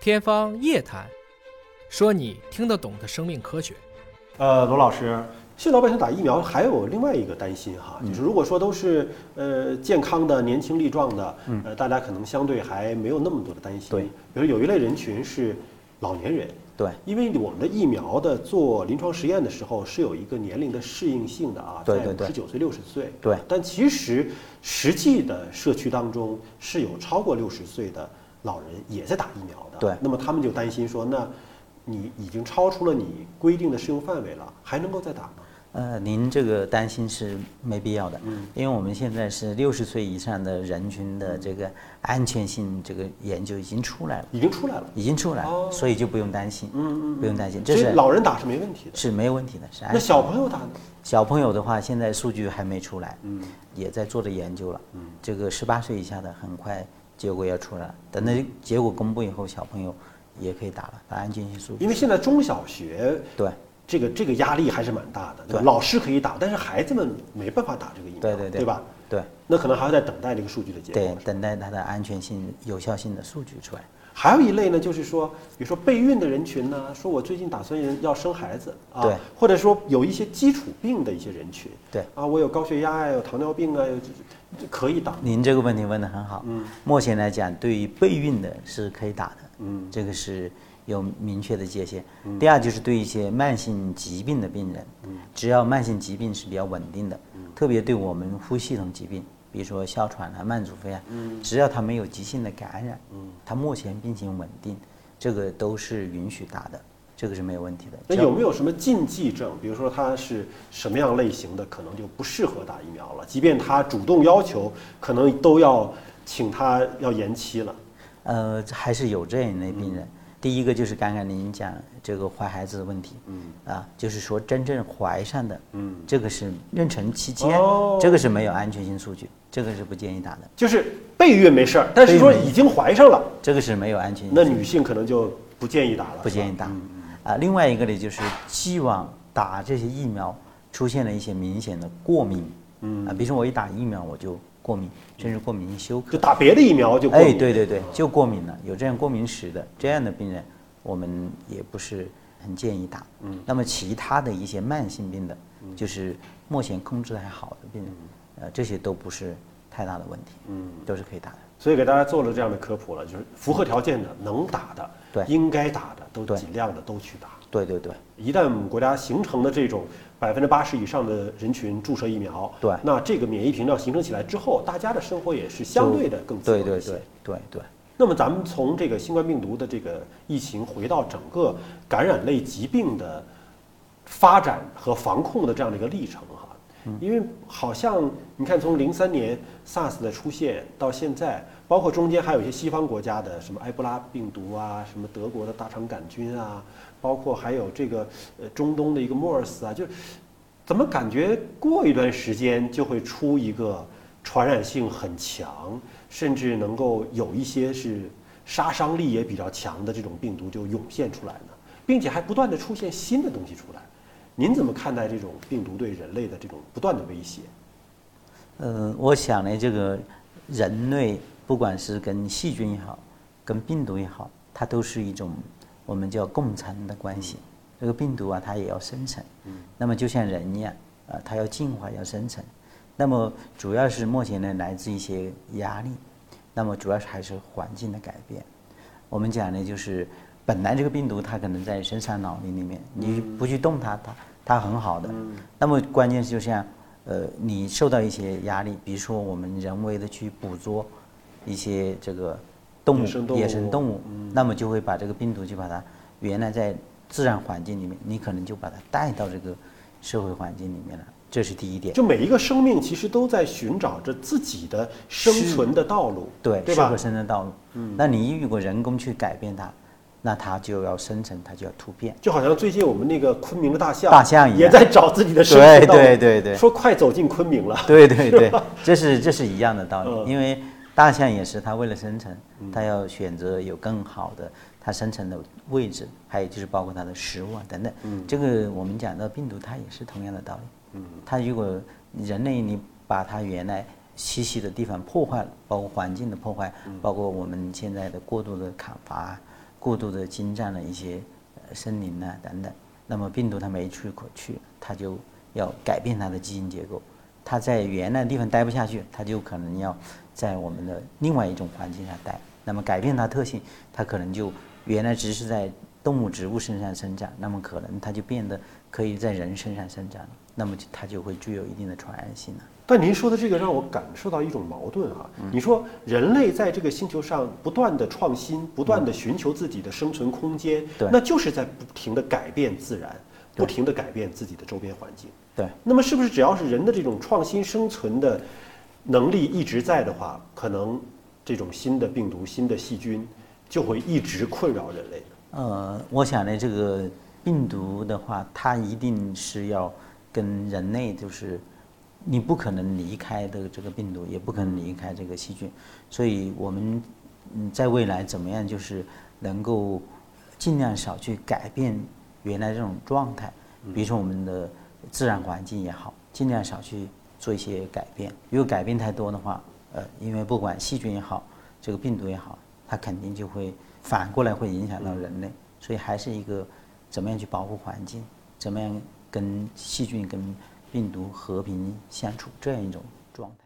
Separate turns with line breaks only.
天方夜谭，说你听得懂的生命科学。
呃，罗老师，现在老百姓打疫苗还有另外一个担心
嗯
哈，就是如果说都是呃健康的、年轻力壮的，呃，大家可能相对还没有那么多的担心。
嗯对，
比如有一类人群是老年人，
对，
因为我们的疫苗的做临床实验的时候是有一个年龄的适应性的啊，
对对
在
对
五十九岁、六十岁。
对
但其实实际的社区当中是有超过六十岁的老人也在打疫苗的。
对
那么他们就担心说，那你已经超出了你规定的适用范围了，还能够再打吗？
呃，您这个担心是没必要的，
嗯
因为我们现在是六十岁以上的人群的这个安全性这个研究已经出来了，
已经出来了。
已经出来了，
哦
所以就不用担心，
嗯嗯嗯
不用担心，
所
这
以
是哎嗯
老人打是没问题的。
是没有问题的，是安
那
全
小
的
朋友打呢？
小朋友的话，现在数据还没出来，
嗯
也在做着研究了，
嗯
这个十八岁以下的很快结果要出来了，等那结果公布以后，小朋友也可以打了，把安全性数据
因为现在中小学
对。
这个这个压力还是蛮大的，
对
老师可以打，但是孩子们没办法打这个疫苗，
对对对
吧？
对
那可能还要再等待这个数据的结
对
果。，
等待它的安全性、有效性的数据出来。
还有一类呢，就是说，比如说备孕的人群呢，说我最近打算要生孩子啊
对，
或者说有一些基础病的一些人群，
对
啊，我有高血压呀，有糖尿病啊，有这这可以打，
您这个问题问得很好。
嗯
目前来讲，对于备孕的是可以打的，
嗯
这个是有明确的界限。第二就是对一些慢性疾病的病人，
嗯
只要慢性疾病是比较稳定的，特别对我们呼吸系统疾病，比如说哮喘啊、慢阻肺啊，
嗯
只要它没有急性的感染，它目前病情稳定，这个都是允许打的，这个是没有问题的。
那
只要
有没有什么禁忌症？比如说他是什么样类型的，可能就不适合打疫苗了。即便他主动要求，可能都要请他要延期了。
呃，还是有这样一类病人。第一个就是刚刚您讲这个怀孩子的问题，
嗯
啊，就是说真正怀上的，
嗯
这个是妊娠期间，
哦
这个是没有安全性数据，这个是不建议打的，
就是备孕没事儿，但是说
备孕没
已经怀上了，
这个是没有安全性
那
数据，
女性可能就不建议打了，
不建议
是吧
打
嗯。
啊，另外一个呢，就是既往打这些疫苗出现了一些明显的过敏，
嗯
啊，比如说我一打疫苗我就过敏，甚至过敏性休克
就，打别的疫苗就过
哎，
敏。
对对对，就过敏了，有这样过敏史的这样的病人，我们也不是很建议打。
嗯
那么其他的一些慢性病的，就是目前控制得还好的病人，呃，这些都不是太大的问题，
嗯，
都是可以打的。
所以给大家做了这样的科普了，就是符合条件的、能打的、
对
应该打的，都
对
尽量的都去打。
对对对，
一旦我们国家形成了这种百分之八十以上的人群注射疫苗，
对
那这个免疫屏障形成起来之后，大家的生活也是相
就
对的更自由
对对
一些
对对对。
那么咱们从这个新冠病毒的这个疫情回到整个感染类疾病的发展和防控的这样的一个历程哈，因为好像你看从零三年 SARS 的出现到现在，包括中间还有一些西方国家的什么埃博拉病毒啊，什么德国的大肠杆菌啊，包括还有这个呃中东的一个 MERS 啊，就怎么感觉过一段时间就会出一个传染性很强，甚至能够有一些是杀伤力也比较强的这种病毒就涌现出来呢？并且还不断的出现新的东西出来。您怎么看待这种病毒对人类的这种不断的威胁？
嗯，我想呢，这个人类不管是跟细菌也好，跟病毒也好，它都是一种我们叫共存的关系。这个病毒啊，它也要生存，那么就像人一样，啊，它要进化，要生存。那么主要是目前呢，来自一些压力，那么主要是还是环境的改变。我们讲呢，就是本来这个病毒它可能在深山老林里面，
嗯
你不去动它，它它很好的。那么关键是就像，呃，你受到一些压力，比如说我们人为的去捕捉一些这个动物
野生动物嗯
野生动物，那么就会把这个病毒就把它原来在自然环境里面，你可能就把它带到这个社会环境里面了，这是第一点。
就每一个生命其实都在寻找着自己的生存的道路，
对，
对
适
吧嗯
合？生存道路。那你如果人工去改变它，那它就要生成，它就要突变。
就好像最近我们那个昆明的大象，
大象一样
也在找自己的生存道路，
对对对对
说快走进昆明了，
对对对，这是这是一样的道理，
嗯
因为大象也是它为了生存，它要选择有更好的它生存的位置，还有就是包括它的食物啊等等。
嗯
这个我们讲到病毒，它也是同样的道理。它如果人类你把它原来栖息的
嗯
地方破坏了，包括环境的破坏，包括我们现在的过度的砍伐啊，过度的侵占了一些呃森林呐、等等。那么病毒它没处可去，它就要改变它的基因结构。它在原来的地方待不下去，它就可能要在我们的另外一种环境下待。那么改变它特性，它可能就原来只是在动物、植物身上生长，那么可能它就变得可以在人身上生长了，那么就它就会具有一定的传染性了。
但您说的这个让我感受到一种矛盾哈、
嗯
你说人类在这个星球上不断的创新，不断的寻求自己的生存空间，
对
那就是在不停的改变自然，
对
不停的改变自己的周边环境。
对。
那么是不是只要是人的这种创新生存的能力一直在的话，可能这种新的病毒、新的细菌就会一直困扰人类呢？
呃，我想呢，这个病毒的话，它一定是要跟人类，就是你不可能离开的这个病毒，也不可能离开这个细菌，所以我们嗯，在未来怎么样，就是能够尽量少去改变原来这种状态，比如说我们的自然环境也好，尽量少去做一些改变。如果改变太多的话，呃，因为不管细菌也好，这个病毒也好，它肯定就会反过来会影响到人类，所以还是一个怎么样去保护环境，怎么样跟细菌、跟病毒和平相处这样一种状态。